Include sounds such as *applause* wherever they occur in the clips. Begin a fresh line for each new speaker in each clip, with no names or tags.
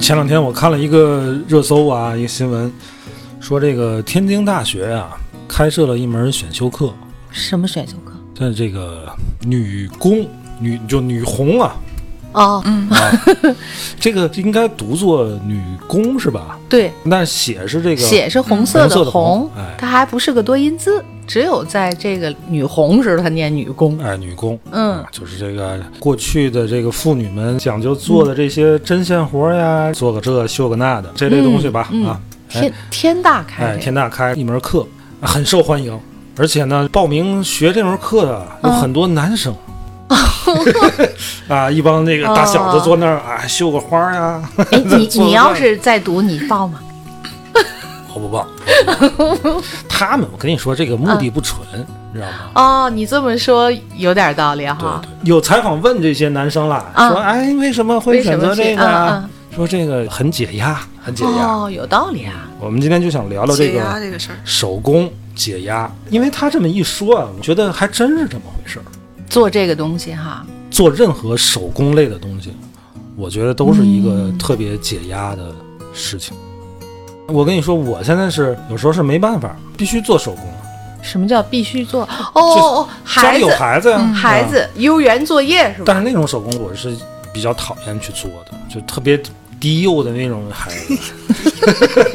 前两天我看了一个热搜啊，一个新闻，说这个天津大学啊开设了一门选修课，
什么选修课？
在这个女工女就女红啊，
哦，
嗯，
啊这个应该读作女工是吧？
对，
但写是这个
血是红
红
色
色
的
的
红，
哎
它还不是个多音字，只有在这个女红时候它念女工。
哎，女工，
嗯，
就是这个过去的这个妇女们讲究做的这些针线活呀，做个这绣个那的这类东西吧、
嗯嗯嗯
啊，
天天大开
哎，
这
天
个，
大开一门课，啊很受欢迎。而且呢，报名学这门课的有
嗯
很多男
*laughs*
生，啊，一帮那个大小子坐那
哦
儿啊，绣个花呀，
哎，
*laughs*
你
做
你
个
要
这
是再读，你
*laughs*
报吗？
好不
*laughs*
棒？他们，我跟你说，这个目的不纯，
嗯
你知道吗？
哦，你这么说有点道理
对
哈。
对，有采访问这些男生啦，
嗯
说哎，为什么会
为什
选
么
择
去
这个
嗯
啊
嗯？
说这个很解压，很解压。
哦，有道理啊。
我们今天就想聊聊这
解压
个
这个事儿，
手工解压，因为他这么一说啊，我觉得还真是这么回事儿。
做这个东西哈，
做任何手工类的东西，我觉得都是一个特别解压的事情。我跟你说，我现在是有时候是没办法，必须做手工。
什么叫必须做？哦哦，哦
家
孩
里
子
有孩子呀，
嗯
是吧
孩子幼儿园作业是吧？
但是那种手工我是比较讨厌去做的，就特别低幼的那种孩
*laughs*
子。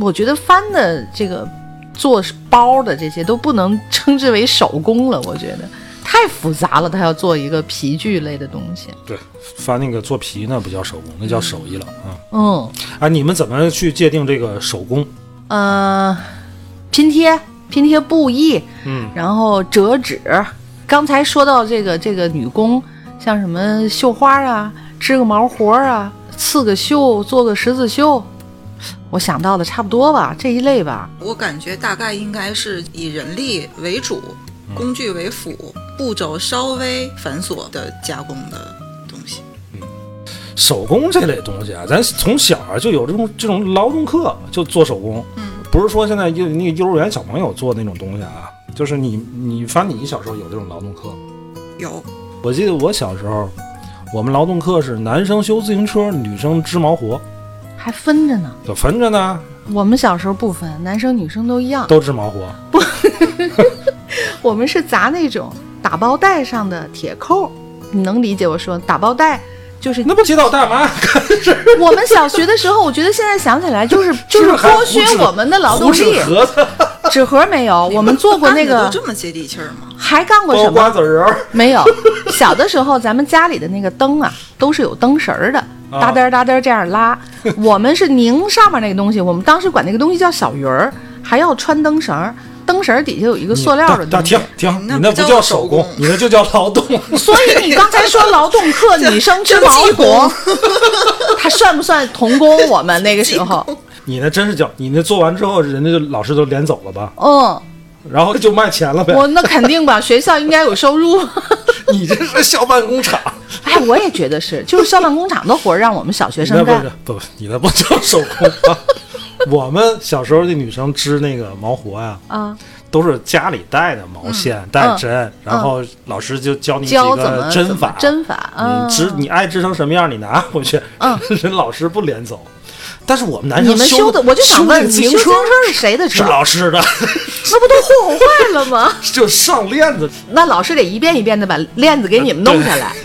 我觉得翻的这个做包的这些都不能称之为手工了，我觉得太复杂了。他要做一个皮具类的东西，
对，发那个做皮那不叫手工，那叫手艺了啊！
嗯
啊，你们怎么去界定这个手工？
呃，拼贴、拼贴布艺，
嗯，
然后折纸。刚才说到这个这个女工，像什么绣花啊、织个毛活啊、刺个绣、做个十字绣，我想到的差不多吧，这一类吧。
我感觉大概应该是以人力为主，
嗯
工具为辅，步骤稍微繁琐的加工的东西。
手工这类东西啊，咱从小啊就有这种这种劳动课，就做手工。
嗯，
不是说现在幼那个幼儿园小朋友做那种东西啊，就是你你反正你小时候有这种劳动课吗？
有，
我记得我小时候，我们劳动课是男生修自行车，女生织毛活，
还分着呢，
就分着呢，
我们小时候不分，男生女生都一样。
都织毛活。
嗯我们是砸那种打包袋上的铁扣，你能理解我说打包袋就是
*laughs* 那不街道大妈
我们小学的时候，我觉得现在想起来就是就是
还
剥削
胡纸
我们的劳动
胡
力
纸。盒子、
纸盒没有，我们做过那
案子
个
都，这么接地气儿吗？ *laughs*
还干过
包
什么？
瓜子仁儿，
没有。小的时候咱们家里的那个灯啊，都是有灯绳儿的，
啊
哒噔儿哒噔儿这样拉。我们是拧上面那个东西，我们当时管那个东西叫小鱼儿，还要穿灯绳儿，灯绳儿底下有一个塑料的
大大
东西
停。停，你
那
那
不
不
叫
叫
手
手工
工，
你那就叫劳动。
所以你刚才说劳动课女生织毛
技
活，他算不算童工？我们那个时候，
你那真是叫你那做完之后，人家就老师都撵走了吧，
嗯，
然后就卖钱了呗。
我那肯定吧，学校应该有收入。
*laughs* 你这是校办工厂，
哎，我也觉得是，就是校办工厂的活儿让我们小学
你那
生
不
干
是。不，你那不叫手工啊。 *laughs* 我们小时候那女生织那个毛活呀、
啊，
都是家里带的毛线、带针，然后老师就教你几
嗯教怎么
个
怎
针
么
法。
针法，嗯
你织你爱织成什么样，你拿回去，
嗯
*laughs* 人老师不撵走。但是我们男
你
生
们
哎修
修的，我就想问，
修
你
那自行
修自行
车
车是谁的
是
车？
老师的， *laughs*
那不都霍霍坏了吗？
就上链子。
那老师得一遍一遍的把链子给你们弄下来。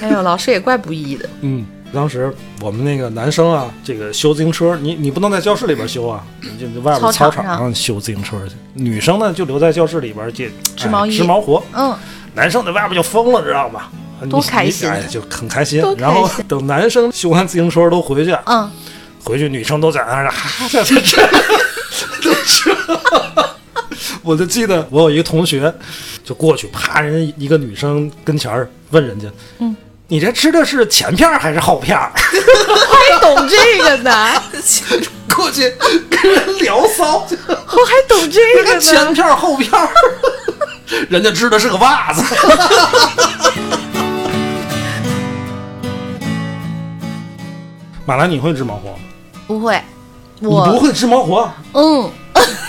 哎呦，老师也怪不易的。
嗯，当时我们那个男生啊，这个修自行车，你你不能在教室里边修啊，你就外边操
操场上
场上修自行车去。女生呢就留在教室里边去
织毛衣
织毛活，
嗯，
男生在外边就疯了，知道吧？你
多开心
你哎，就很开心
多。开心
然后等男生修完自行车都回去，
嗯，
回去女生都在那儿哈，这这这这这。我就记得我有一个同学，就过去啪，人家一个女生跟前儿问人家，
嗯，
你这吃的是前片儿还是后片儿？
还懂这个
*laughs*
呢？
过去 *laughs* 跟人聊骚，
我还懂这个呢。
前片儿后片儿，人家织的是个袜子。马兰，你会织毛活？
不会，我
你不会织毛活？啊
嗯，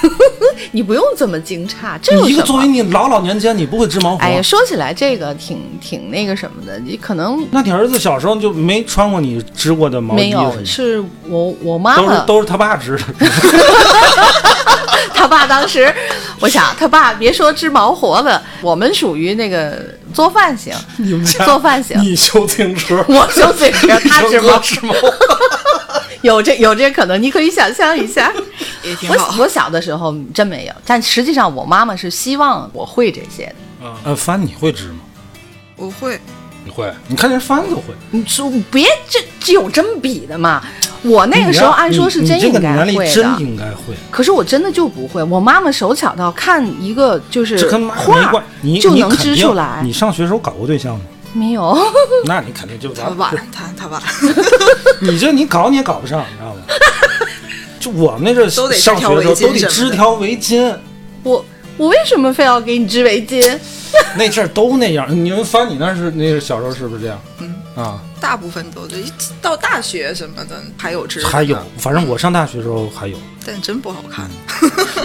*laughs* 你不用这么惊诧，这有
你一
什
个
么？
作为你老老年间，你不会织毛活？啊
哎呀，说起来这个挺挺那个什么的，你可能
那你儿子小时候就没穿过你织过的毛
没
衣什么的？
有，是啊我我妈
都是
妈，
都是他爸织
*laughs*
的。
他爸当时，我想他爸别说织毛活的，我们属于那个做饭型，
你们家
做饭行
你修自行车，
我修自行车，他织毛，
织毛。
有这有这可能，你可以想象一
*laughs*
下。
也挺好。
我我小的时候真没有，但实际上我妈妈是希望我会这些的。
呃，帆你会织吗？
我会，
你会，你看人帆就会。
你说别这这有真比的嘛？我那个时候按说是
你
真
你这
应
个
该
年
会
龄
的
真，应该会，
可是我真的就不会。我妈妈手巧到看一个就是
这跟妈
画
没关
儿，
你
就
你
能
肯
织
定
出来
你。上学时候搞过对
*laughs*
象吗？
没有，
*laughs* 那你肯定就
他
咱
晚，他他晚，
你这你搞你也搞不上，你知道吗？就我们那阵
都得织
上学
条
的时候
围
都
巾
得
什么
织
的
条围巾，
我我为什么非要给你织围巾？
那阵儿都那样。你们翻你那是那是小时候是不是这样？
嗯
啊，
大部分都是到大学什么的还有知识，
还有，反正我上大学时候还有，
但真不好看。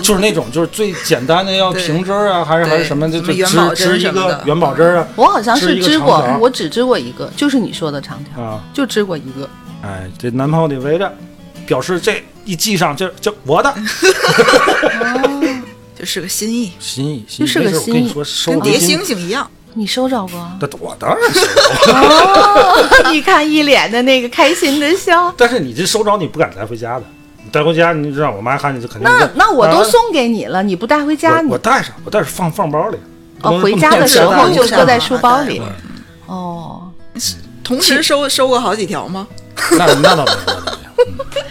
就是那种就是最简单的要
对
平针儿啊，还是还是
对
什么，就就
什么元宝
织
针
织一
什么
个
的
元宝针儿啊
我好像
织一
是
个
织
长
过
条，
我只织过一个，就是你说的长条，
啊，
就织过一个。
哎，这男朋友得围着，表示这一系上这这我
*laughs*
的
就是个心意，
心意，
这是个
没事我
心意
跟你说，收
跟
围
叠
巾
星，星一样。
你收着过？
那我当然收。
哦， *laughs* 你看一脸的那个开心的笑。
但是你这收着，你不敢带回家的，你带回家你让我妈看见，就肯定
那
就
那我都
啊
送给你了，你不带回家，
我
你
我带上，我带上放放包里。不
哦
能
回家的时候就搁在书包里
不能。
哦，
同时收收过好几条吗？
那那倒没啊有，那倒没有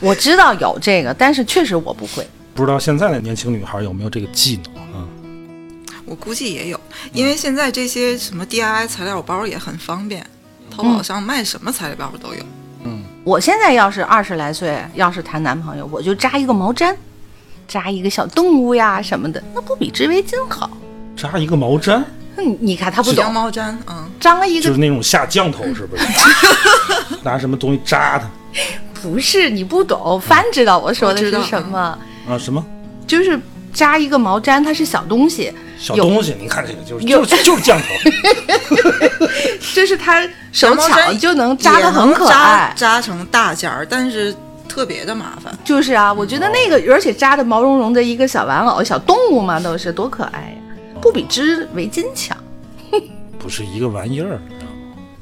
我知道有这个，但是确实我不会。
不知道现在的年轻女孩有没有这个技能啊？
我估计也有，因为现在这些什么 DIY 材料包也很方便，淘宝上卖什么材料包都有。
我现在要是二十来岁，要是谈男朋友，我就扎一个毛毡，扎一个小动物呀什么的，那不比织围巾好？
扎一个毛毡，
那你你看他不
羊
懂，
毛毡，嗯，
扎了一
就
个
是那种下降头，是
*laughs*
不是？拿什么东西扎它
不是你不
嗯
懂，凡知道我说的
哦我知道嗯
是什么，
啊？什么
就是扎一个毛毡，它是小东西，
小
有
东西？你看这个就是
有
就是就是降头。
就是它手
羊毛
巧
毡
就能扎
也
的
能
很可爱
扎。扎成大件儿，但是特别的麻烦。
就是啊，我觉得那个，
哦
而且扎的毛茸茸的一个小玩偶、小动物嘛，都是多可爱呀、不比织围巾强，
不是一个玩意儿，你知道吗？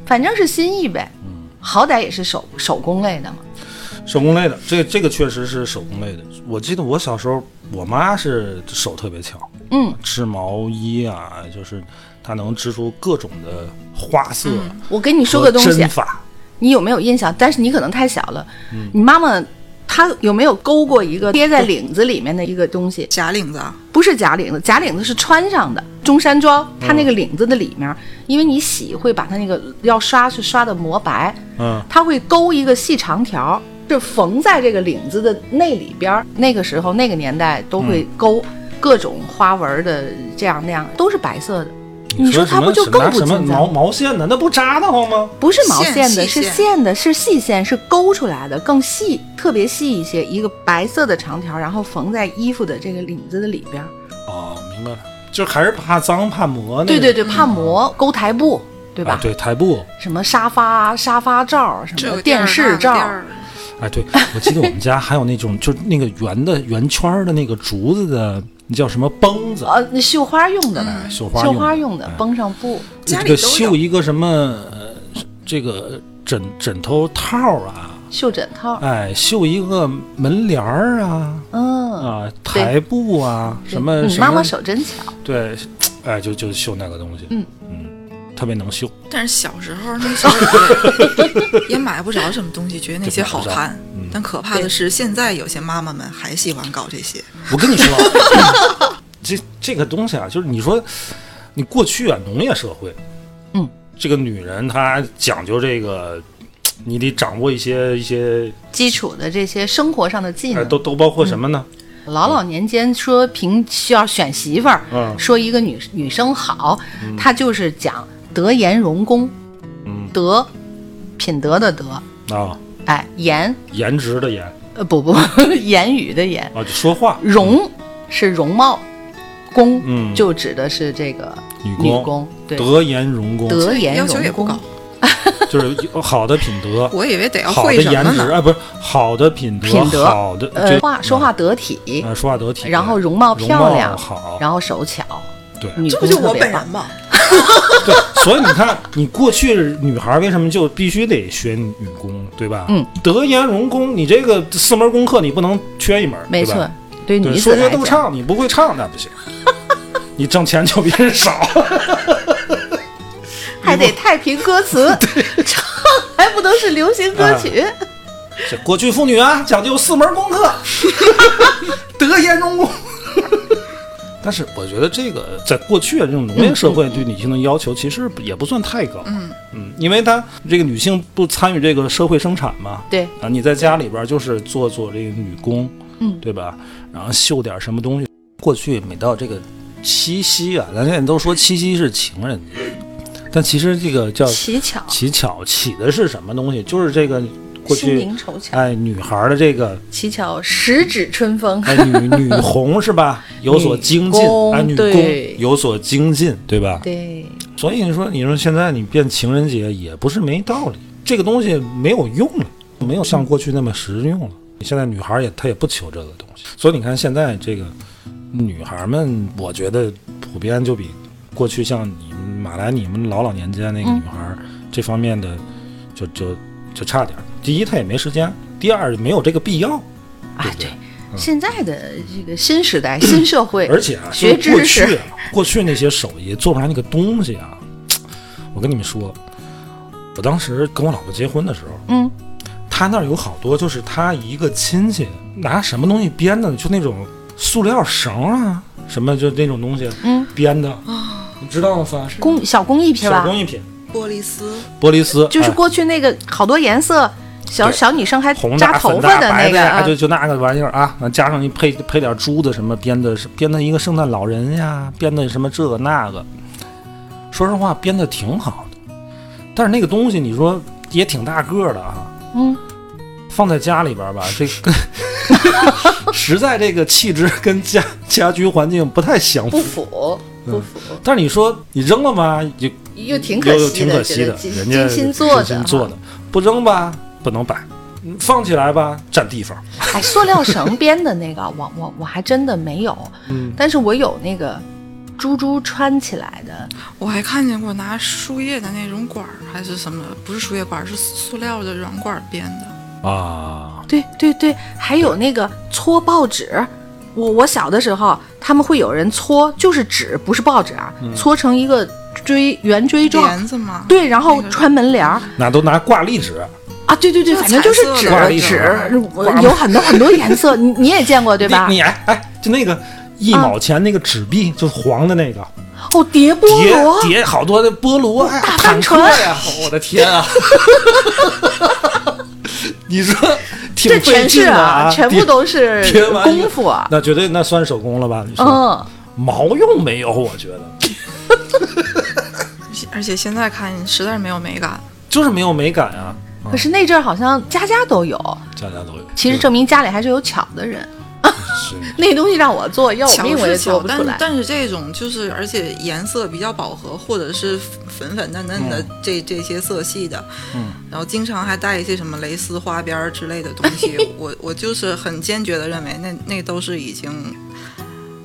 反正是心意呗。
嗯
好歹也是手手工类的嘛。
手工类的，这这个确实是手工类的。我记得我小时候，我妈是手特别巧，
嗯，
织毛衣啊，就是她能织出各种的花色。
我跟嗯你说个东西啊
针，法
你有没有印象？但是你可能太小了。
嗯
你妈妈她有没有勾过一个贴在领子里面的一个东西？
假领子啊，
不是假领子，假领子是穿上的中山装，它那个领子的里面，因为你洗会把它那个要刷是刷的磨白，
嗯，
它会勾一个细长条，是缝在这个领子的内里边儿。那个时候那个年代都会
嗯
勾各种花纹的，这样那样都是白色的。你
说
说
什
它
么
不就
什么
更
拿嗯
不
什么
进
毛
藏？
毛线的，那不扎得慌吗？
不是毛线的，
线细
是
线
线的，是细线，是勾出来的，更细，特别细一些，一个白色的长条，然后缝在衣服的这个领子的里边儿。
哦，明白了，就是还是怕脏怕磨那个。
啊对对对，怕磨，勾台布，对
嗯
吧？
啊，对台布，
什么沙发、沙发罩，什
这
么
个
电视罩，
哎，对，我记得我们家还有那种，就是那个圆的圆圈儿的那个竹子的，那叫什么绷子，
呃，那绣花用的吧，
嗯绣花
绣
用
花
的嗯
用的，绷上布。
这
家里
个
都有
绣一个什么呃，这个枕枕头套啊，
绣枕套，
哎，绣一个门帘儿啊，
嗯，
啊，台布啊，
对
什么
你
什
妈妈
么，
手真巧，
对，哎，就就绣那个东西，
嗯
特别能绣，
但是小时候那时候也也买不着什么东西，觉得那些好
就买嗯
看。但可怕的是，现在有些妈妈们还喜欢搞这些。
我跟你说，
*laughs*
啊这这个东西啊，就是你说，你过去啊，农业社会，
嗯，
这个女人她讲究这个，你得掌握一些一些，
基础的这些生活上的技
哎，
能。
都都包括什么呢？
老老年间说凭需要选媳妇儿，
嗯
说一个女女生好，她就是讲德颜容功，
嗯
德品德的德，
啊，
哎，颜
颜值的颜
呃不 *laughs* 不言语的言，
啊，就说话，
容是容貌，功
嗯，
就指的是这个
女
女
工，
工，对，
德颜容功，
德颜
要求也
容
不
功
高，，，
就是有好的品
*laughs*
德
我以为得要
好的
会什
颜
么
值，
呢？
哎，不是好的品德，
品德
好的
呃，
这
话说话得体，
啊，说话得体，
然后容貌漂
容
亮
貌好，
然后手巧，
对
女
这
工
不就
特
我
别
本
棒
人吗？
*laughs* 对，所以你看，你过去女孩为什么就必须得学女工，对吧？
嗯，
德颜容功，你这个四门功课你不能缺一门，
没
对
错
吧？，
对
对，
女
说
子
学
来
逗
讲，
唱，你不会唱那不
*laughs*
行，你挣钱就比人少，*laughs*
还得太平歌词，唱还不能是流行歌
啊
曲，
这过去妇女啊，讲究四门功课， *laughs* 德言容功。 *laughs* 但是我觉得这个在过去啊，这种农业社会对女性的要求其实也不算太高。嗯因为她这个女性不参与这个社会生产嘛，
对
啊，你在家里边儿就是做做这个女工，
嗯
对吧？然后绣点什么东西。过去每到这个七夕啊，咱现在都说七夕是情人节，但其实这个叫
乞巧，
乞巧起的是什么东西？就是这个过
心
去
灵手巧，
哎，女孩儿的这个
乞巧十指春风，
哎女
*laughs*
女红是吧？有所精进
女，工
哎，女
对
工有所精进，对吧？
对，
所以你说，你说现在你变情人节也不是没道理，这个东西没有用了，没有像过去那么实用了。现在女孩儿也她也不求这个东西，所以你看现在这个女孩儿们，我觉得普遍就比过去像你们马来你们老老年间那个女孩儿
嗯
这方面的就就就差点儿。第一，她也没时间；第二，没有这个必要。
啊
对嗯
对，现在的这个新时代、新社会，
而且啊，
学
就是过
知识
去啊，过去那些手艺做不出来那个东西啊，我跟你们说，我当时跟我老婆结婚的时候，
嗯，
她那儿有好多就是她一个亲戚拿什么东西编的，就那种塑料绳啊，什么就那种东西，
嗯，
编的，你知道吗？范
工小工艺
嗯
品
小
吧
工，艺品，
玻璃丝
玻璃丝，
就是
哎
过去那个好多颜色，小
对
小女生还
红
扎
的、啊
头
粉
发
的、
的
白
那
的
个
呀，
啊
就，就那个玩意儿啊，加上一配配点珠子什么编的，编的一个圣诞老人呀，编的什么这个那个。说实话，编的挺好的，但是那个东西你说也挺大个儿的啊，
嗯，
放在家里边儿吧，这跟
*laughs*
实在这个 *laughs* 气质跟家家居环境不嗯太相
不
符。
符不符，
但是你说你扔了吧，也
又挺可
又
惜的，
挺可惜
觉得
的，
精
人家
精心做的，啊
精心做的，不扔吧不能摆，放起来吧占地方。
哎，塑料绳编的那个，我我我还真的没有，
嗯，
*laughs* 但是我有那个珠珠穿起来的，
我还看见过拿树叶的那种管儿，还是什么？不是树叶管儿，是塑料的软管儿编的。
啊，
对对对，还有那个搓报纸。我我小的时候，他们会有人搓，就是纸，不是报纸啊，
嗯
搓成一个锥圆嗯锥状，
帘子吗？
对，然后
那个
穿门帘儿
那都拿挂历纸，
啊，对对对，
那
反正就是
彩色
纸
的
挂历
纸
纸，
我
挂
有很多很多颜色，你你也见过对吧
你？你哎哎，就那个一毛钱那个纸币，就是黄的那个，
哦，叠菠
叠
萝，
叠好多的菠萝，哎呀，坦克呀，我的天啊！ *laughs* 你说挺
这
费
全
劲
是
的
啊，全部
叠
都是
*laughs* 叠完一个
功夫啊，
那绝对那算手工了吧？你说
嗯。
毛用没有？我觉得
而且现在看实在是没有美感。
就是没有美感啊，
可是那阵儿好像家家都有，
家家都有。
其实证明家里还是有巧的人。
是
那东西让我做，要我
巧
命我也
是
做
巧，
不
但
出来。
但是这种就是，而且颜色比较饱和，或者是粉粉嫩嫩的这、这些色系的，
嗯，
然后经常还带一些什么蕾丝花边儿之类的东
*laughs*
西，我我就是很坚决的认为那那都是已经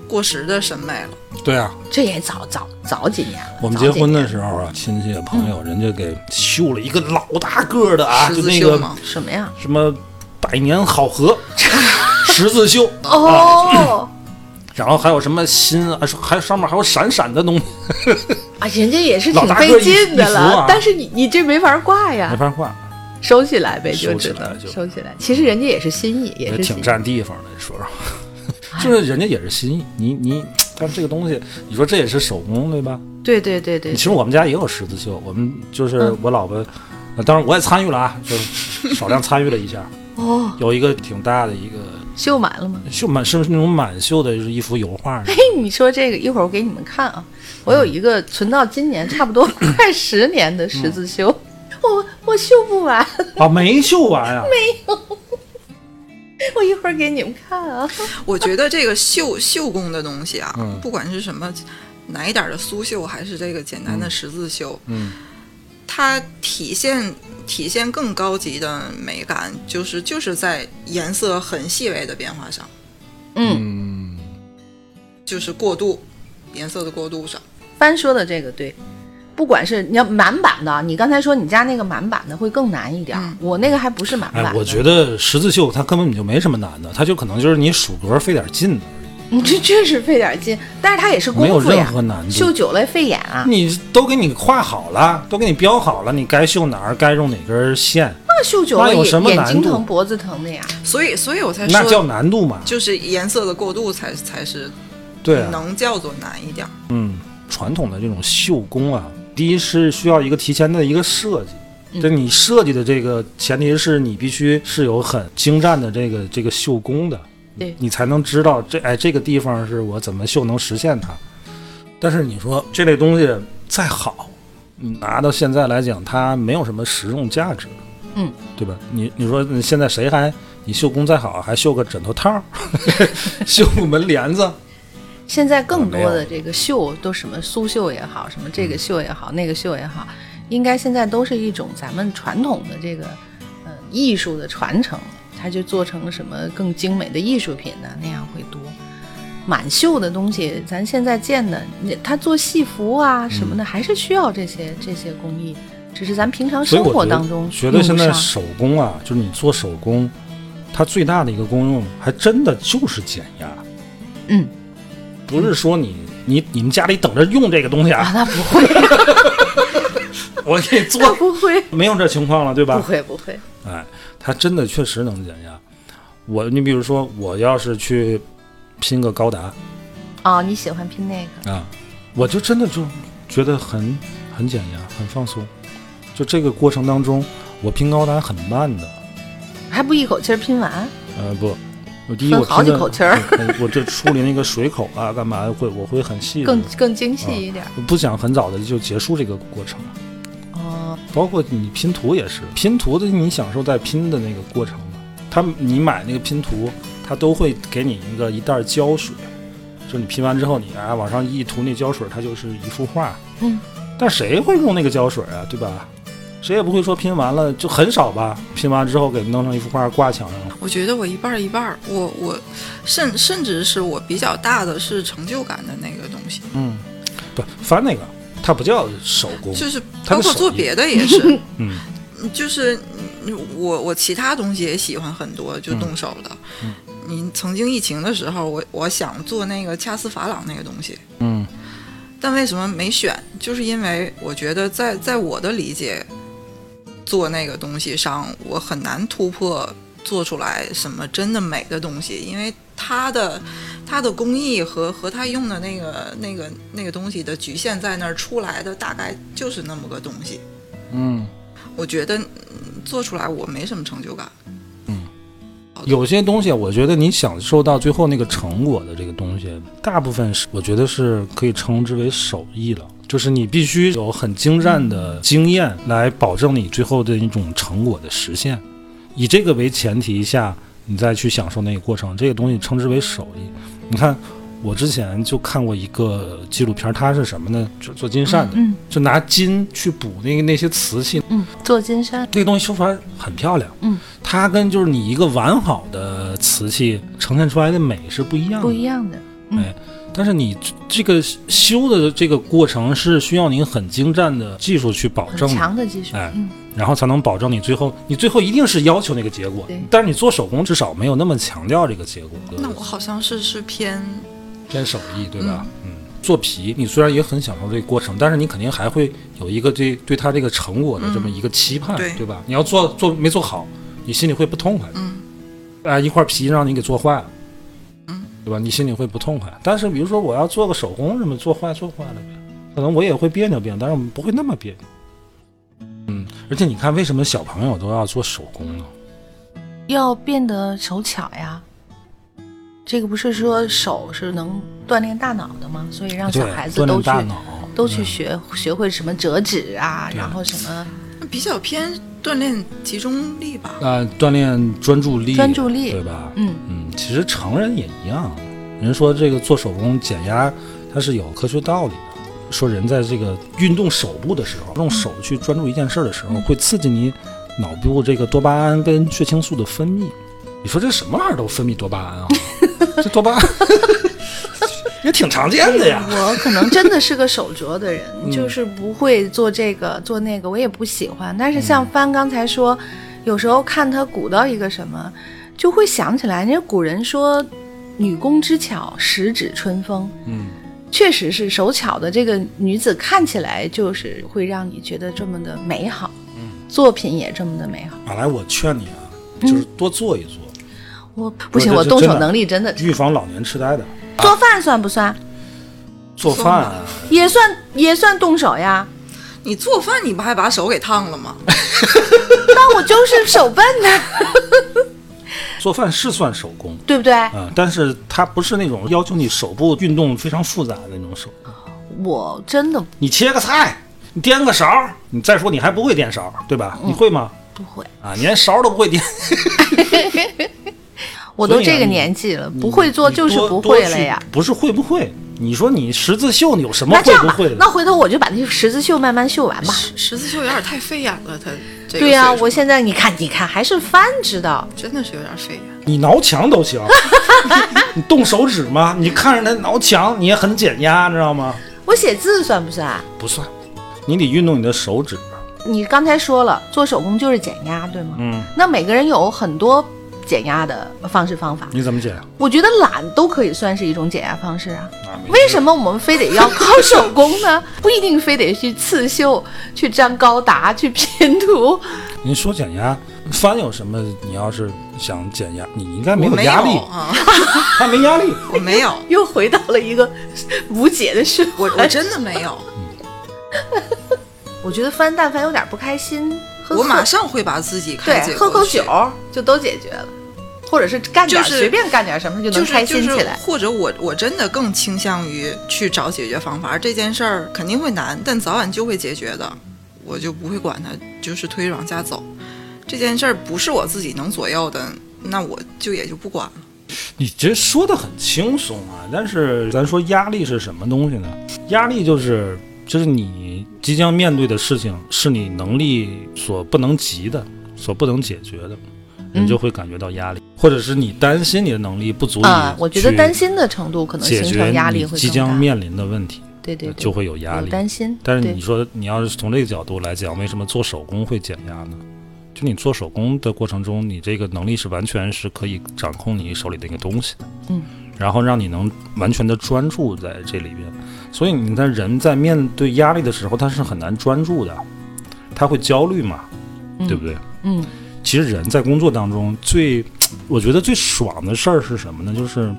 过时的审美了。
对啊，
这也早早早几年了。
我们结婚的
候
时候啊，亲戚朋友人家给绣了一个老大个儿的啊，
十
就
字
那
绣
个
吗？
什么呀？
什么百年好合、 *laughs* 十字绣，
哦，
嗯然后还有什么心啊，还有上面还有闪闪的东西，
啊，人家也是
老
挺
大个
费劲的
一一幅
了
啊，
但是你你这没法挂
没
呀，
法画，
收起来呗，就
收起
只
来
能
就
收起来。其实人家也是心意，也
也
是心
挺 *laughs*
意。
占地方的。说实话，就是人家也是心意，你你但是这个东西，你说这也是手工对吧？
对对对对
其，实我们家也有十字绣，我们就是
嗯
我老婆，呃当然我也参与了啊，就是少量参与了一下，
*laughs* 哦，
有一个挺大的一个
绣满了吗？ *laughs*
绣满是不是那种满绣的一幅油画呢
嘿，你说这个一会儿我给你们看啊，我有一个存到今年差不多 *coughs* 快十年的十字绣，
嗯
我我绣不完， *laughs*
啊，没绣完啊，
我一会儿给你们看啊。
我觉得这个绣绣工的东西啊，
嗯
不管是什么哪一点儿的苏绣，还是这个简单的十字绣，
嗯，
它体现体现更高级的美感，就是就是在颜色很细微的变化上，
嗯，
嗯，
就是过渡颜色的过渡上。
帆说的这个对，不管是你要满版的啊，你刚才说你家那个满版的会更难一点儿，
嗯
我那个还不是满版
哎
的。，
我觉得十字绣它根本就没什么难的，它就可能就是你数格费点劲的，
你嗯这确实费点劲，但是它也是
没有
功夫
任
呀，
何难
绣
度。
久了也费眼啊。
你都给你画好了，都给你标好了，你该绣哪儿，该用哪根线，
那绣久了
那有
也
什么
眼
难
睛
度
疼脖子疼的呀。
所以，所以我才
那叫
说，
难度嘛？
就是颜色的过渡才才是
对
嗯
啊，
能叫做难一点儿。
嗯，传统的这种绣工啊，第一是需要一个提前的一个设
嗯
计，就你设计的这个前提是你必须是有很精湛的这个这个绣工的，
对
你才能知道这哎这个地方是我怎么绣能实现它。但是你说这类东西再好，你拿到现在来讲，它没有什么实用价值，
嗯，
对吧？你你说你现在谁还你绣工再好，还绣个枕头套儿， *laughs* 绣个门帘子，
现在更多
我没
的
有
这个绣都什么苏绣也好，什么这个绣也
嗯
好，那个绣也好，应该现在都是一种咱们传统的这个呃艺术的传承，它就做成什么更精美的艺术品呢？那样会多。满绣的东西，咱现在见的，你它做戏服
嗯
啊什么的，还是需要这些这些工艺，只是咱平常
所以
生
我
活
觉得
当中
觉得现在
用不上
手工啊，就是你做手工，它最大的一个功用，还真的就是减压。
嗯，
不是说你你你们家里等着用这个东西
啊，
*laughs*
*laughs*
啊，
那不会，
我给你做
那，不会，
没有这情况了，对
不
吧？
会，不会，
哎，它真的确实能减压。我你比如说，我要是去拼个高达
啊！你喜欢拼那个？
啊，我就真的就觉得很很减压，很放松。就这个过程当中，我拼高达很慢的，
还不一口气儿拼完？
呃，不，我第一
分
我
好
听
几
着
口气儿
我我这处理那个水口啊，干嘛会我会很细致，啊
更更精细一点。
我不想很早的就结束这个过程。
哦，
包括你拼图也是，拼图的你享受在拼的那个过程嘛。他你买那个拼图，他都会给你一个一袋胶水，就是你拼完之后你啊往上一涂那胶水，它就是一幅画。
嗯，
但谁会用那个胶水啊，对吧？谁也不会说拼完了就很少吧，拼完之后给弄成一幅画挂墙上了。
我觉得我一半儿一半儿，我我甚甚至是我比较大的是成就感的那个东西，
嗯，不翻那个，它不叫手工，
就是
他
包
的
括
手
做
艺
别的也是，
*laughs* 嗯
就是嗯我我其他东西也喜欢很多，就动手的。
嗯
你曾经疫情的时候，我我想做那个掐丝珐琅那个东西，
嗯
但为什么没选？就是因为我觉得在在我的理解，做那个东西上，我很难突破做出来什么真的美的东西，因为它的它的工艺和和它用的那个那个那个东西的局限在那儿，出来的大概就是那么个东西。
嗯，
我觉得嗯做出来我没什么成就感。
有些东西我觉得你享受到最后那个成果的这个东西，大部分是我觉得是可以称之为手艺了。就是你必须有很精湛的经验来保证你最后的一种成果的实现，以这个为前提下，你再去享受那个过程，这个东西称之为手艺。你看，我之前就看过一个纪录片，它是什么呢？就做金缮的，
嗯
就拿金去补那个那些瓷器，
嗯，做金山，
这个东西修出来很漂亮，
嗯，
它跟就是你一个完好的瓷器呈现出来的美是不一样
不
的。哎
一嗯样的。
但是你这个修的这个过程是需要你很精湛的技术去保
很
证的，
强的技术，
哎
嗯，
然后才能保证你最后你最后一定是要求那个结果
对。
但是你做手工至少没有那么强调这个结果，
那我好像是是偏
偏手艺对吧？嗯。做皮，你虽然也很享受这个过程，但是你肯定还会有一个对对它这个成果的这么一个期盼，
嗯对
对吧？你要做做没做好，你心里会不痛快的。
嗯
啊，一块皮让你给做坏了，
嗯，
对吧？你心里会不痛快。但是比如说我要做个手工什么，做坏做坏了呗，可能我也会别扭别扭，但是不会那么别扭。嗯，而且你看，为什么小朋友都要做手工呢？
要变得手巧呀。这个不是说手是能锻炼大脑的吗？所以让
啊对
小孩，子
锻
都
炼
去
大脑，
都去
嗯
学学会什么折纸啊，
对
然后什么
比较偏锻炼集中力吧。
啊、锻炼专注力，
专注力
对吧？
嗯
嗯，其实成人也一样。人说这个做手工减压，它是有科学道理的。说人在这个运动手部的时候，用手去专注一件事儿的时候，会刺激你脑部这个多巴胺跟血清素的分泌。你说这什么玩意儿都分泌多巴 *laughs* 胺啊？这多巴胺 *laughs* 也挺常见的呀。
我可能真的是个手拙的人，
嗯
就是不会做这个做那个，我也不喜欢。但是
嗯
像帆刚才说，有时候看他鼓捣一个什么，就会想起来，人家古人说“女工之巧，十指春风”。
嗯，
确实是手巧的这个女子看起来就是会让你觉得这么的美好，
嗯
作品也这么的美好。
马来，我劝你啊，就是多做一做，
我不行，我
这
动
真
手
的
能力真的，
预防老年痴呆的。
做饭算不算？
*laughs* 做饭啊、
也算也算动手呀。
你做饭，你不还把手给烫了吗？
那我就是手笨呐， *laughs*
做饭是算手工。
对不对？
啊，但是它不是那种要求你手部运动非常复杂的那种手，
我真的
你切个菜，你颠个勺，你再说你还不会颠勺，对吧？
嗯
你会吗？
不会，
啊，你连勺都不会颠，
啊我都这个年纪了，不会做
啊你
就是
多
不会了呀。。
多去不是会不会？你说你十字绣你有什么
那这
会
样
不
吧
会，的？
那回头我就把那十字绣慢慢绣完吧。
十十字绣有点太费眼了，他这个
对呀、
岁数
我现在你看，你看还是翻知道，
真的是有点费眼。
你挠墙都行， *laughs* 你动手指吗？你看着他挠墙，你也很减压，知道吗？
我写字算不算？啊
不算，你得运动你的手指。
你刚才说了，做手工就是减压，对吗？
嗯，
那每个人有很多减压的方式方法，
你怎么减？
我觉得懒都可以算是一种减压方式啊。
啊没
为什么我们非得要靠手工呢？ *laughs* 不一定非得去刺绣、去粘高达、去拼图。
您说减压，翻有什么？你要是想减压，你应该没
我
有
没
压力
有，啊，
他没压力。
我没
*laughs*
有，
又回到了一个无解的事。
我我真的没有，
我觉得翻但凡有点不开心，喝
我马
口
上会把自己开解
对喝
过
口
去
酒就都解决了，或者是干点、
就是
随便干点什么就能
就是
开心起
就是
来。，
或者我我真的更倾向于去找解决方法，这件事儿肯定会难，但早晚就会解决的，我就不会管它，就是推着往下走。这件事儿不是我自己能左右的，那我就也就不管了。
你这说的很轻松啊，但是咱说压力是什么东西呢？压力就是就是你即将面对的事情是你能力所不能及的，所不能解决的，
嗯
你就会感觉到压力，或者是你担心你的能力不足以、
啊，我觉得担心的程度可能
解
形
决
成压力
你
会
即
更
将
大。
面临的问题，
对对对，
就会有压
有
力。
担心。
但是
对
你说，你要是从这个角度来讲，为什么做手工会减压呢？就你做手工的过程中，你这个能力是完全是可以掌控你手里的一个东西的，
嗯，
然后让你能完全的专注在这里边。所以你看，人在面对压力的时候，他是很难专注的，他会焦虑嘛，对不对？
嗯，
其实人在工作当中最，我觉得最爽的事儿是什么呢？就是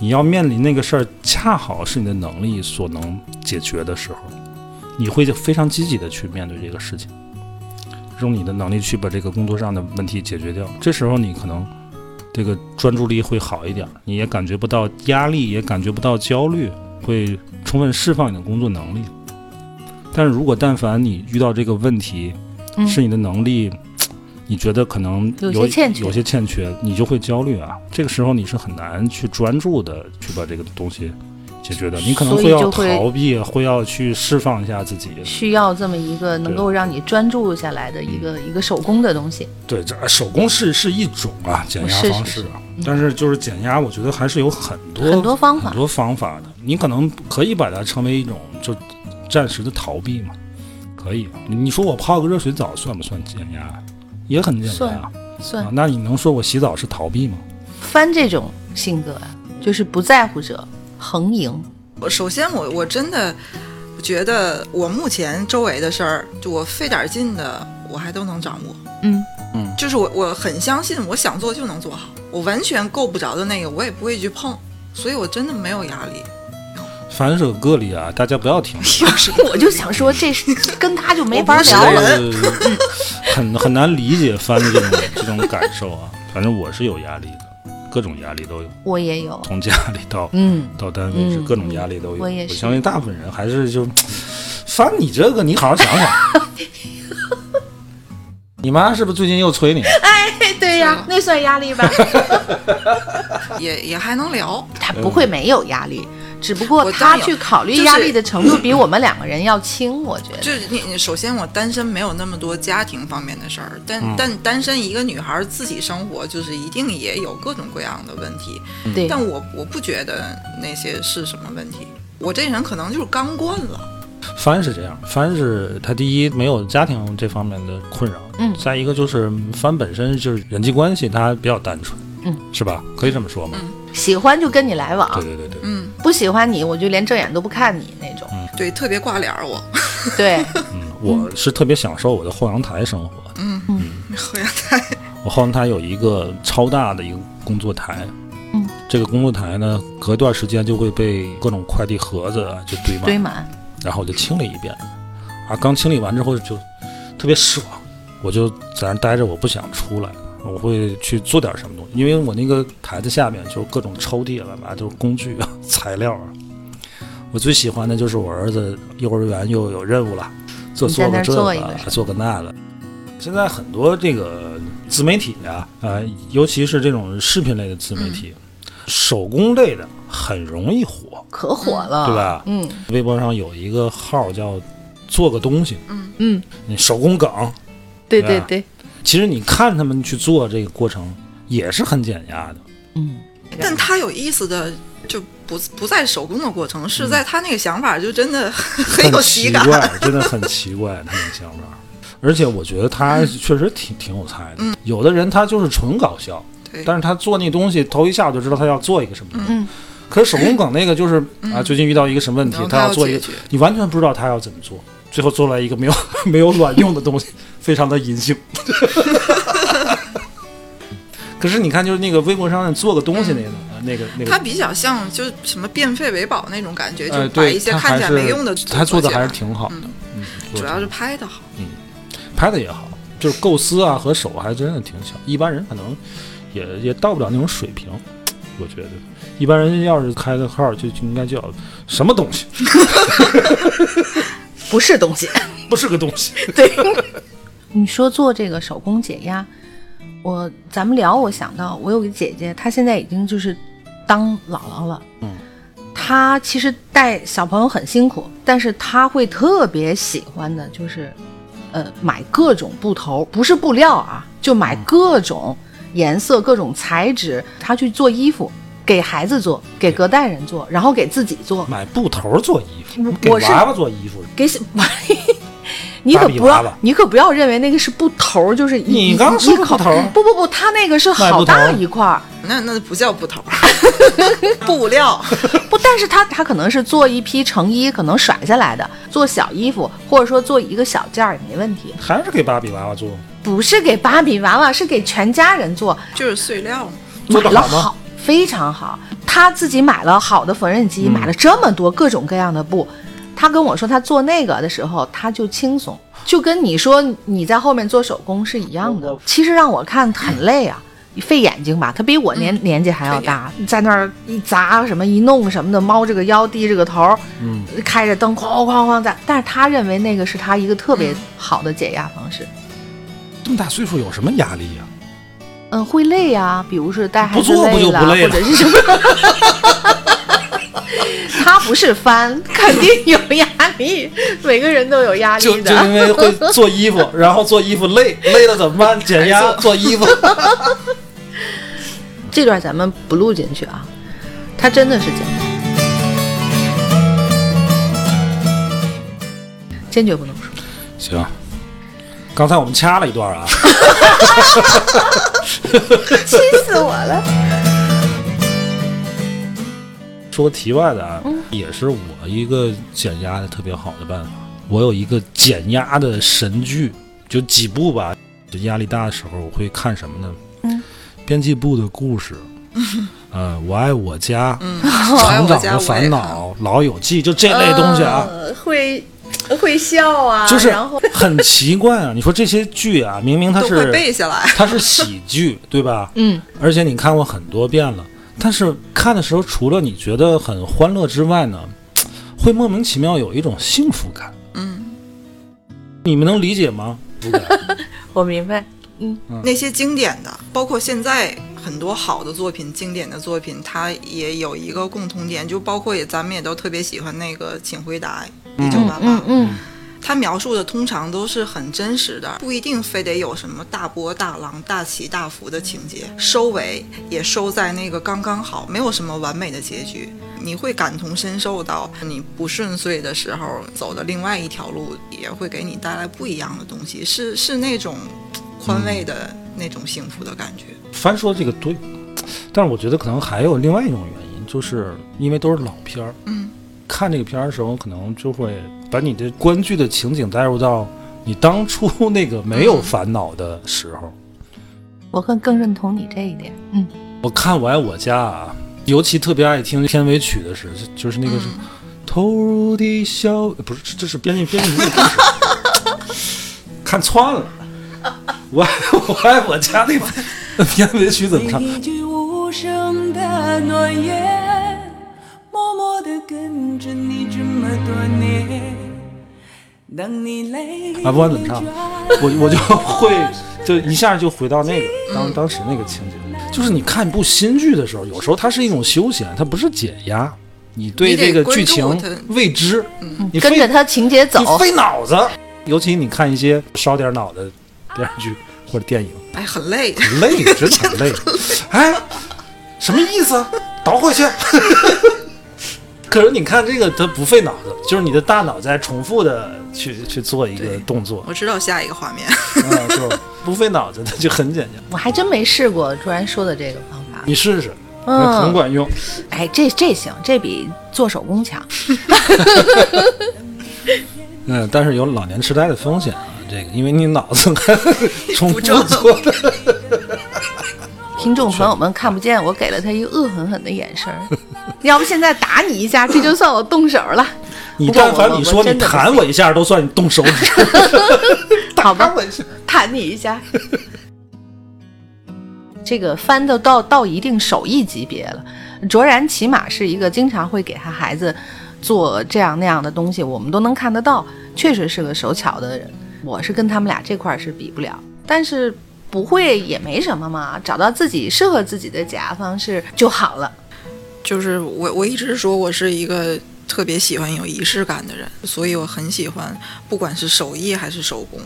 你要面临那个事儿，恰好是你的能力所能解决的时候，你会非常积极的去面对这个事情，用你的能力去把这个工作上的问题解决掉。这时候你可能这个专注力会好一点，你也感觉不到压力，也感觉不到焦虑，会充分释放你的工作能力。但是如果但凡你遇到这个问题，
嗯
是你的能力，你觉得可能
有
有
些欠缺
有些欠缺，你就会焦虑啊。这个时候你是很难去专注的去把这个东西解决的，你可能
所以
会要
就会
逃避，会要去释放一下自己。
需要这么一个能够让你专注下来的一个一个手工的东西。
对，这手工是是一种啊减压
是
方
是
式啊，但是就是减压，我觉得还是有很多
很多方法
很多方法的。你可能可以把它称为一种就暂时的逃避嘛，可以。啊你你说我泡个热水澡算不算减压？啊也很简单啊。
算
啊，那你能说我洗澡是逃避吗？
翻这种性格啊，就是不在乎者横赢。
我首先我我真的觉得我目前周围的事儿，就我费点劲的，我还都能掌握。
嗯
嗯，
就是我我很相信，我想做就能做好，我完全够不着的那个，我也不会去碰。所以我真的没有压力。
凡是有个例啊，大家不要听。
我就想说，这是跟他就没
我
法
不是
聊
人
了。
呃，很很难理解帆的这种这种感受啊。反正我是有压力的，各种压力都有，
我也有，
从家里到
嗯，
到单位是
嗯
各种压力都有。
我也是
相信大部分人还是就，帆，你这个你好好想想。你妈是不是最近又催你？
哎对
呀是吗
那算压力吧？
也也还能聊，
*laughs* 他不会没有压力，只不过
我
他
当然有
去考虑
就是
压力的程度比我们两个人要轻，我觉得。
就是你你首先我单身没有那么多家庭方面的事儿，但、但单身一个女孩儿自己生活，就是一定也有各种各样的问题，
对，
但我我不觉得那些是什么问题。我这人可能就是刚惯了，
帆是这样，帆是他第一没有家庭这方面的困扰，
嗯
再一个就是帆本身就是人际关系他比较单纯，
嗯，
是吧？可以这么说吗？
喜欢就跟你来往，
对对对对，
嗯，
不喜欢你我就连正眼都不看你那种。
对，特别挂脸儿我，
对，
嗯，我是特别享受我的后阳台生活的。
好像在
我后阳台有一个超大的一个工作台，
嗯，
这个工作台呢，隔一段时间就会被各种快递盒子啊就堆满，
堆满，
然后我就清理一遍，啊，刚清理完之后就特别失望，我就在那儿待着，我不想出来，我会去做点什么东西，因为我那个台子下面就是各种抽屉了吧，就是工具啊、 *laughs* 材料啊。我最喜欢的就是我儿子幼儿园又有任务了，做
你在
做
那
个
儿
这
做
个
一个是吧
做个那个。现在很多这个自媒体啊，呃，尤其是这种视频类的自媒体，
嗯
手工类的很容易火，
可火了，
对吧
嗯
微博上有一个号叫“做个东西
嗯，”，
你手工梗。
对
对
对
吧
对，
其实你看他们去做这个过程也是很减压的。
嗯，
但他有意思的就不不在手工的过程，是在他那个想法就真的很有
嗯很
喜
奇
感。
怪， *laughs* 真的很奇怪他们的想法。而且我觉得他确实挺挺有才的。有的人他就是纯搞笑，
嗯对，
但是他做那东西头一下我就知道他要做一个什么东西。
嗯
可是手工梗那个就是、啊，最近遇到一个什么问题
嗯然，后
他
他要
做一
解
个
决，
你完全不知道他要怎么做，最后做出来一个没有 *laughs* 没有卵用的东西，非常的淫性。 *laughs* 可是你看，就是那个微博上做个东西那个、那个那个，
他比较像就是什么变废为宝那种感觉，
呃，
就把
对，
一些
他
看
还
起来
是
没用的
他做的还是
起
挺好的，嗯，
来主要是拍的好。
拍的也好，就是构思啊和手还真的挺巧，一般人可能也也到不了那种水平，我觉得一般人要是开个号就就应该叫什么东西， *laughs*
不是东西。
不是个东西，
你说做这个手工解压，我咱们聊，我想到我有个姐姐，她现在已经就是当姥姥了，
嗯，
她其实带小朋友很辛苦，但是她会特别喜欢的就是，呃，买各种布头，不是布料啊，就买各种颜色、各种材质，她去做衣服。给孩子做，给隔代人做，然后给自己做，
买布头做衣服，给
我是
娃娃做衣服。
给小， *laughs* 你可
芭比
不
娃
要
娃，
你可不要认为那个是布头儿，就是一
你
一
刚
一
说的
口
布头儿
不不不，它那个是
卖布
好大
头儿
一块儿，
那那不叫布头， *laughs*
*laughs*
布料。
*laughs* 不，但是它它可能是做一批成衣，可能甩下来的，做小衣服，或者说做一个小件儿也没问题。
还是给芭比娃娃做，
不是给芭比娃娃，是给全家人做，
就是碎料嘛。
做
买
得
了
好吗
好，非常好。他自己买了好的缝纫
嗯
机，买了这么多各种各样的布。他跟我说，他做那个的时候，他就轻松，就跟你说你在后面做手工是一样的。其实让我看很累
*laughs*
啊，费眼睛吧。他比我
嗯
年、年纪还要大，在那儿一砸什么一弄什么的，猫这个腰，低这个头，
嗯，
开着灯哐哐哐在。但是他认为那个是他一个特别
嗯
好的解压方式。
这么大岁数有什么压力呀、
嗯，会累呀、比如是带孩
不
子
做不就
了，
不累
或
了
者是什么。他不是翻，肯定有压力，每个人都有压
就
力
就
的。
因为会做衣
*laughs*
服，然后做衣服累，累了怎么办？减压做衣 *laughs* 服。
这段咱们不录进去啊，他真的是坚决，坚决不能说。
行，刚才我们掐了一段啊，
气死我了！
说个题外的啊，
嗯
也是我一个减压的特别好的办法。我有一个减压的神剧，就几部吧。就压力大的时候，我会看什么呢？
嗯 *laughs*
编辑部的故事。呃，我爱我家，
嗯，
成长
家
的烦恼，老友记，就这类东西
嗯
啊，
呃会会笑啊，
就是
然后
很奇怪啊。你说这些剧啊，明明它
都会
是
背下来。
它是喜剧，对吧？
嗯，
而且你看过很多遍了，但是看的时候，除了你觉得很欢乐之外呢，会莫名其妙有一种幸福感。
嗯，
你们能理解吗？不敢。
我明白，
嗯
那些经典的，包括现在很多好的作品、经典的作品，它也有一个共同点，就包括也咱们也都特别喜欢那个《请回答一九八八》
嗯嗯，
它描述的通常都是很真实的，不一定非得有什么大波大浪、大起大伏的情节，收尾也收在那个刚刚好，没有什么完美的结局。你会感同身受到你不顺遂的时候走的另外一条路，也会给你带来不一样的东西，是是那种宽慰的那种幸福的感觉。
翻说这个对，但是我觉得可能还有另外一种原因，就是因为都是老片儿，
嗯，
看这个片儿的时候，可能就会把你的观剧的情景带入到你当初那个没有烦恼的时候。
我更更认同你这一点。嗯，
我看《我爱我家》啊，尤其特别爱听片尾曲的时候，就就是那
嗯
个什么、投入的笑，不是，这这是编辑编辑部的故事， *laughs* 看串了。我爱我爱我家那
*laughs*
那片尾曲怎么看？
一句无声的诺言，默默地跟着你这么多年。当你泪
啊不管怎么唱我我就会就一下就回到那个
嗯
当当时那个情景，就是你看一部新剧的时候，有时候它是一种休闲，它不是解压。你对
你得
这个
关
剧
注
情
它嗯
未知，你
跟
非
着他情节走
你，费脑子。尤其你看一些烧点脑的电视剧或者电影，
哎，很累， *laughs*
累，真的很累。哎，什么意思啊？倒回去。可是你看这个，它不费脑子，就是你的大脑在重复的去去做一个动作，
我知道下一个画面。
啊，就不费脑子，它就很简单。
我还真没试过卓然说的这个方法。
你试试，
嗯
很管用。
哎，这这行，这比做手工强。
嗯，但是有老年痴呆的风险啊，这个因为你脑子重复
不正
做的。
听众朋友们看不见，我给了他一个恶狠狠的眼神儿，要不现在打你一下，这就算我动手了。
你
不过
但
我
凡
我
你
我
说你
真的不
弹我一下，都算你动手指。
*laughs* 好吧，弹你一下。 *laughs* 这个翻的到到一定手艺级别了，卓然起码是一个经常会给他孩子做这样那样的东西，我们都能看得到，确实是个手巧的人。我是跟他们俩这块儿是比不了，但是不会也没什么嘛，找到自己适合自己的解压方式就好了。
就是我我一直说我是一个特别喜欢有仪式感的人，所以我很喜欢，不管是手艺还是手工，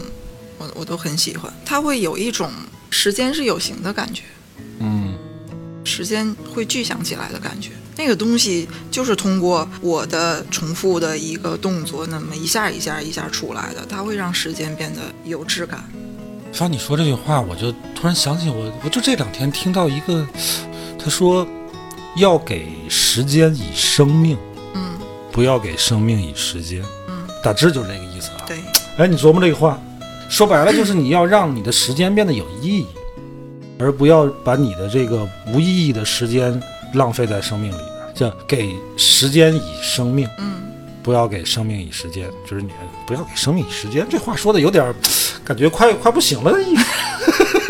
我我都很喜欢。它会有一种时间是有形的感觉，
嗯，
时间会具象起来的感觉。那个东西就是通过我的重复的一个动作，那么一下一下一下出来的，它会让时间变得有质感。
像你说这句话，我就突然想起我，我就这两天听到一个，他说要给时间以生命，
嗯，
不要给生命以时间。
嗯，
大致就是这个意思啊。
对，
哎，你琢磨这个话，说白了就是你要让你的时间变得有意义，而不要把你的这个无意义的时间浪费在生命里边儿，叫给时间以生命，
嗯，
不要给生命以时间。就是你不要给生命以时间，这话说的有点儿，感觉快快不行了的意思。 *laughs*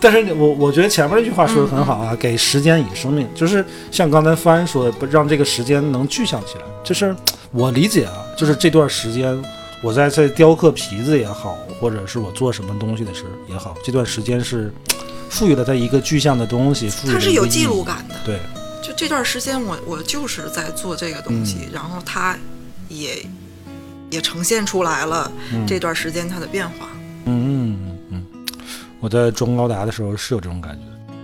但是你我我觉得前面那句话说的很好啊，给时间以生命，就是像刚才帆说的，不让这个时间能具象起来。就是我理解啊，就是这段时间我在在雕刻皮子也好，或者是我做什么东西的时候也好，这段时间是赋予了它一个具象的东西，赋予了
它是
一个
有
意义
记录。感的。
对，
就这段时间我，我就是在做这个东西，然后它也也呈现出来了这段时间它的变化。 *laughs*
嗯嗯嗯嗯，我在装高达的时候是有这种感觉。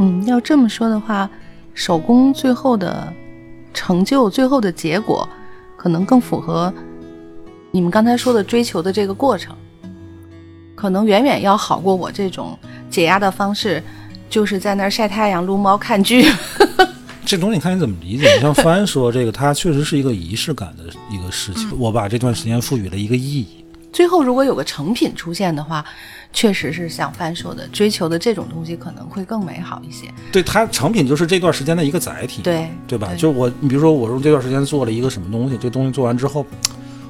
嗯，要这么说的话，手工最后的成就、最后的结果，可能更符合你们刚才说的追求的这个过程，可能远远要好过我这种解压的方式，就是在那儿晒太阳、撸猫、看剧。 *laughs*
这东西你看你怎么理解？你
*laughs*
像
嗯
帆说这个，它确实是一个仪式感的一个事情。我把这段时间赋予了一个意义，
最后如果有个成品出现的话，确实是像帆说的，追求的这种东西可能会更美好一些。
对它成品就是这段时间的一个载体，
对
对吧？
对
就是我，你比如说我用这段时间做了一个什么东西，这东西做完之后，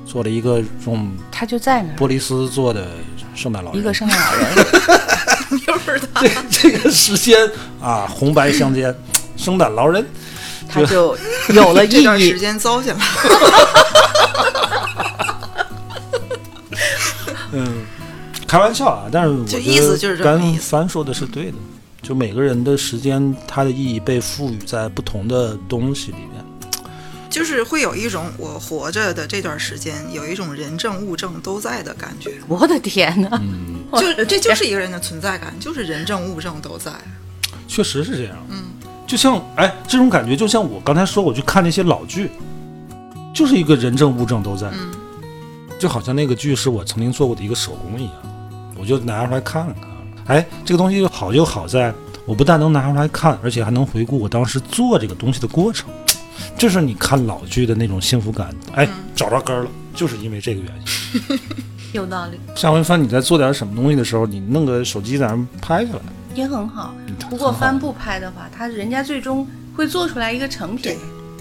做了一个用
它就在那儿，
玻璃丝做的圣诞老人，
一个圣诞老人，
又是他，
这这个时间啊，红白相间，圣诞老人，
它就有了
*laughs*
意
这段时
义。
间糟践了。 *laughs*
嗯，开玩笑啊，但是我
就
觉
意思
得
就是这么个
刚
意思
三说的是对的，就每个人的时间，它的意义被赋予在不同的东西里面。
就是会有一种我活着的这段时间，有一种人证物证都在的感觉，
我的天
*laughs*
哪！
就这就是一个人的存在感，就是人证物证都在。
确实是这样。嗯，就像哎，这种感觉就像我刚才说，我去看那些老剧，就是一个人证物证都在，
嗯
就好像那个剧是我曾经做过的一个手工一样，我就拿出来看看。哎，这个东西好就好在，我不但能拿出来看，而且还能回顾我当时做这个东西的过程。这是你看老剧的那种幸福感，哎，找着根儿了，就是因为这个原因。
有道理，
下回翻你在做点什么东西的时候，你弄个手机在那儿拍下来。
也很好。不
嗯很
过
好
帆布拍的话，它人家最终会做出来一个成品
对。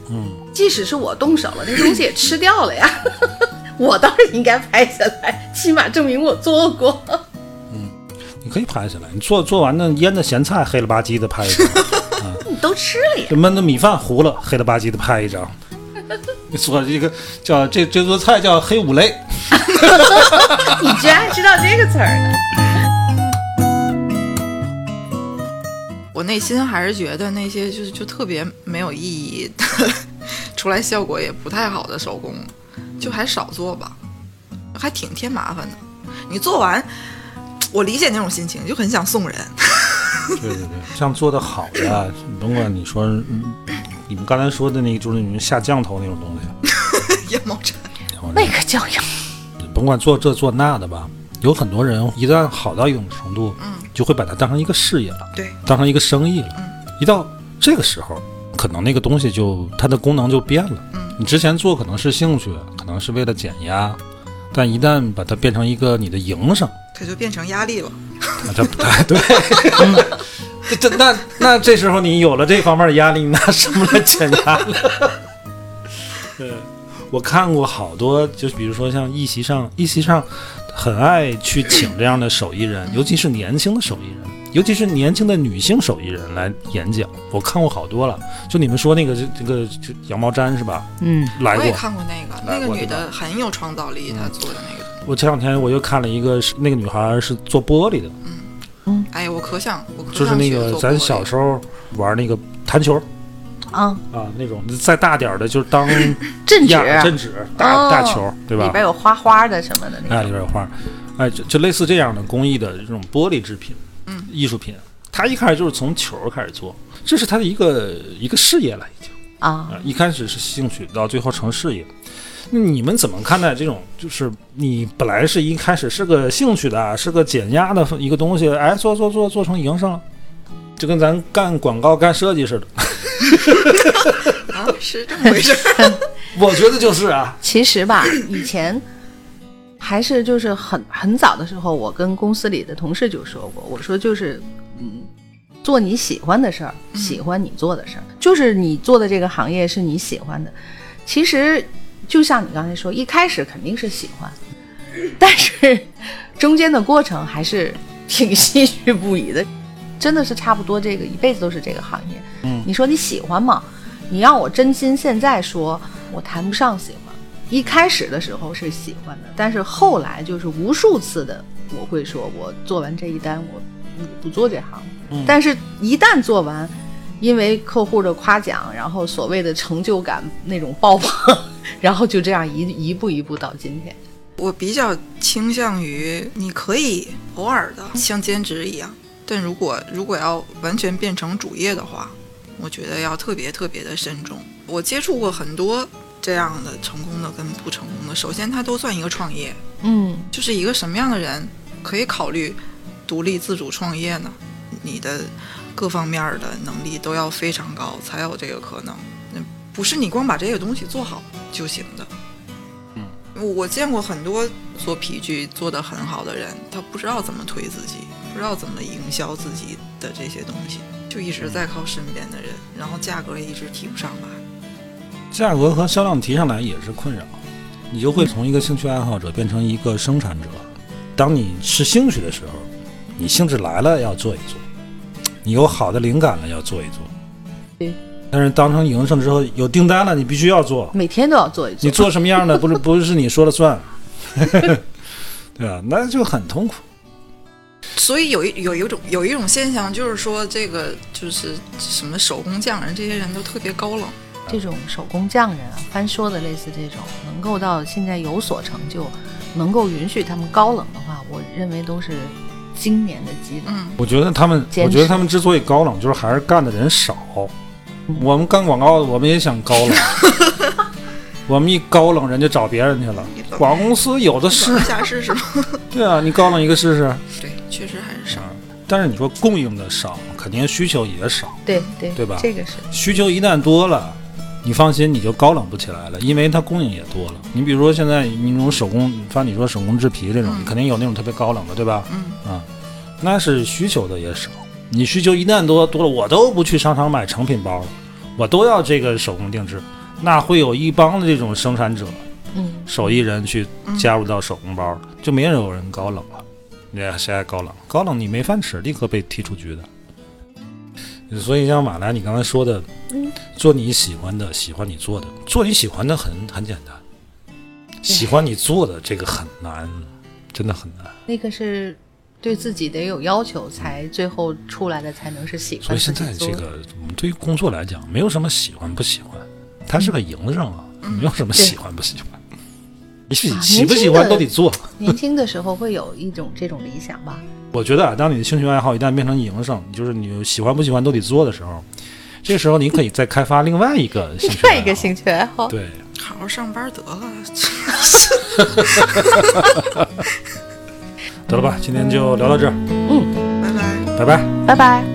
嗯，
即使是我动手了，那东西也吃掉了呀。 *laughs* 我倒是应该拍下来，起码证明我做过。
你可以拍下来，你做做完那腌的咸菜黑了吧唧的拍一张，
你都吃了呀，
这焖的米饭糊了黑了吧唧的拍一张。 *laughs* 你说这个叫这这桌菜叫黑五雷，
你居然还知道这个词儿呢？
我内心还是觉得那些就是就特别没有意义的，出来效果也不太好的手工，就还少做吧，还挺添麻烦的。你做完，我理解那种心情，就很想送人。
对对对，像做的好的啊，甭管你说、嗯你们刚才说的那个，就是你们下降头那种东西，
羊毛毡，
那个叫养
甭管做这做那的吧，有很多人一旦好到一种程度，
嗯
就会把它当成一个事业了。
对，
当成一个生意了。一到这个时候，可能那个东西就它的功能就变了。你之前做可能是兴趣，可能是为了减压，但一旦把它变成一个你的营生，
它就变成压力了。
那啊这不太对。这这那那这时候你有了这方面的压力，你拿什么来减压呢？ *laughs* 对，我看过好多，就是比如说像一席上，一席上很爱去请这样的手艺人，尤其是年轻的手艺人，尤其是年轻的女性手艺人来演讲。我看过好多了，就你们说那个这这个这羊毛毡是吧？
嗯，
来
我
过
也，看过那个，
来
那
过嗯
个女
对吧
的很有创造力，她做的那个东西，
我前两天我又看了一个，是那个女孩是做玻璃的，
哎呀，我可想，我可
就是
想
那
学
个
做
咱小
*laughs*
时候玩那个弹球。
啊，
啊，那种再大点儿的，就是当
镇纸
压镇纸、大、
哦
大球，对吧
里？边有花花的什么的那
哎，
种。
里边有花儿，哎，就就类似这样的工艺的这种玻璃制品，嗯，艺术品，他一开始就是从球儿开始做，这是他的一个一个事业了，已经
啊，
啊，一开始是兴趣，到最后成事业。那你们怎么看待这种？就是你本来是一开始是个兴趣的，是个减压的一个东西，哎，做做做做成营生了，就跟咱干广告、干设计似的。
玻璃啊，是这么回事儿。
我觉得就是啊，
其实吧， *coughs* 以前还是就是很很早的时候，我跟公司里的同事就说过，我说就是嗯，做你喜欢的事儿，喜欢你做的事儿，就是你做的这个行业是你喜欢的。其实就像你刚才说，一开始肯定是喜欢， *coughs* 但是中间的过程还是挺唏嘘不已的。真的是差不多，这个一辈子都是这个行业。嗯，你说你喜欢吗？你让我真心现在说，我谈不上喜欢。一开始的时候是喜欢的，但是后来就是无数次的，我会说，我做完这一单，我我不做这行。嗯、但是，一旦做完，因为客户的夸奖，然后所谓的成就感那种爆棚， *laughs* 然后就这样一一步一步到今天。
我比较倾向于你可以偶尔的像兼职一样，但如果如果要完全变成主业的话，我觉得要特别特别的慎重。我接触过很多这样的成功的跟不成功的，首先它都算一个创业，
嗯，
就是一个什么样的人可以考虑独立自主创业呢？你的各方面儿的能力都要非常高，才有这个可能。那不是你光把这个东西做好就行的。嗯，我见过很多做皮具做得很好的人，他不知道怎么推自己，不知道怎么营销自己的这些东西，就一直在靠身边的人，然后价格也一直提不上来。
价格和销量提上来也是困扰，你就会从一个兴趣爱好者变成一个生产者。当你是兴趣的时候，你兴致来了要做一做，你有好的灵感了要做一做。
对。
但是当成营生之后，有订单了你必须要
*laughs*
做，
每天都要做一
你
做。
做什么样的不是不是你说了算， *laughs* 对吧？那就很痛苦。
所以有一有一种有一种现象，就是说这个就是什么手工匠人，这些人都特别高冷。
这种手工匠人啊，翻说的类似这种，能够到现在有所成就，能够允许他们高冷的话，我认为都是今年的积累。
*laughs*
嗯，
我觉得他们，
坚持嗯
我觉得他们之所以高冷，就是还是干的人少。我们干广告的，我们也想高
*laughs*
冷，我们一高冷，人家找别人去了。广告公司有的是
试，下试试吧。
对啊，你高冷一个试试。
对，确实还是少。
但是你说供应的少，肯定需求也少，
对对
对吧
这个是
需求一旦多了，你放心，你就高冷不起来了，因为它供应也多了。你比如说现在你那种手工，反正你说手工制皮这种，你肯定有那种特别高冷的，对吧？
嗯
啊，那是需求的也少。你需求一旦多多了，我都不去商场买成品包了，我都要这个手工定制，那会有一帮的这种生产者、
嗯，
手艺人去加入到手工包，就没人有人高冷了。你看谁还高冷？高冷你没饭吃，立刻被踢出局的。所以像马来你刚才说的，
嗯
做你喜欢的，喜欢你做的，做你喜欢的很很简单，喜欢你做的这个很难，真的很难。
那个是对自己得有要求，才最后出来的才能是喜
所
欢
以
自
现
己
在
做
这
的。
个我们对于工作来讲，没有什么喜欢不喜欢，它是个营生啊，没有什么
嗯对
喜欢不喜欢，你喜
啊
喜
年
不
轻
喜欢
的
都得做。
年轻的时候会有一种这种理想吧，
我觉得啊，当你的兴趣爱好一旦变成营生，就是你喜欢不喜欢都得做的时候，这时候你可以再开发另外一个兴趣，
另外一个兴趣爱好，
对，
好好上班得了， *laughs*
得了吧，今天就聊到这儿，
拜拜。
拜拜。
拜拜。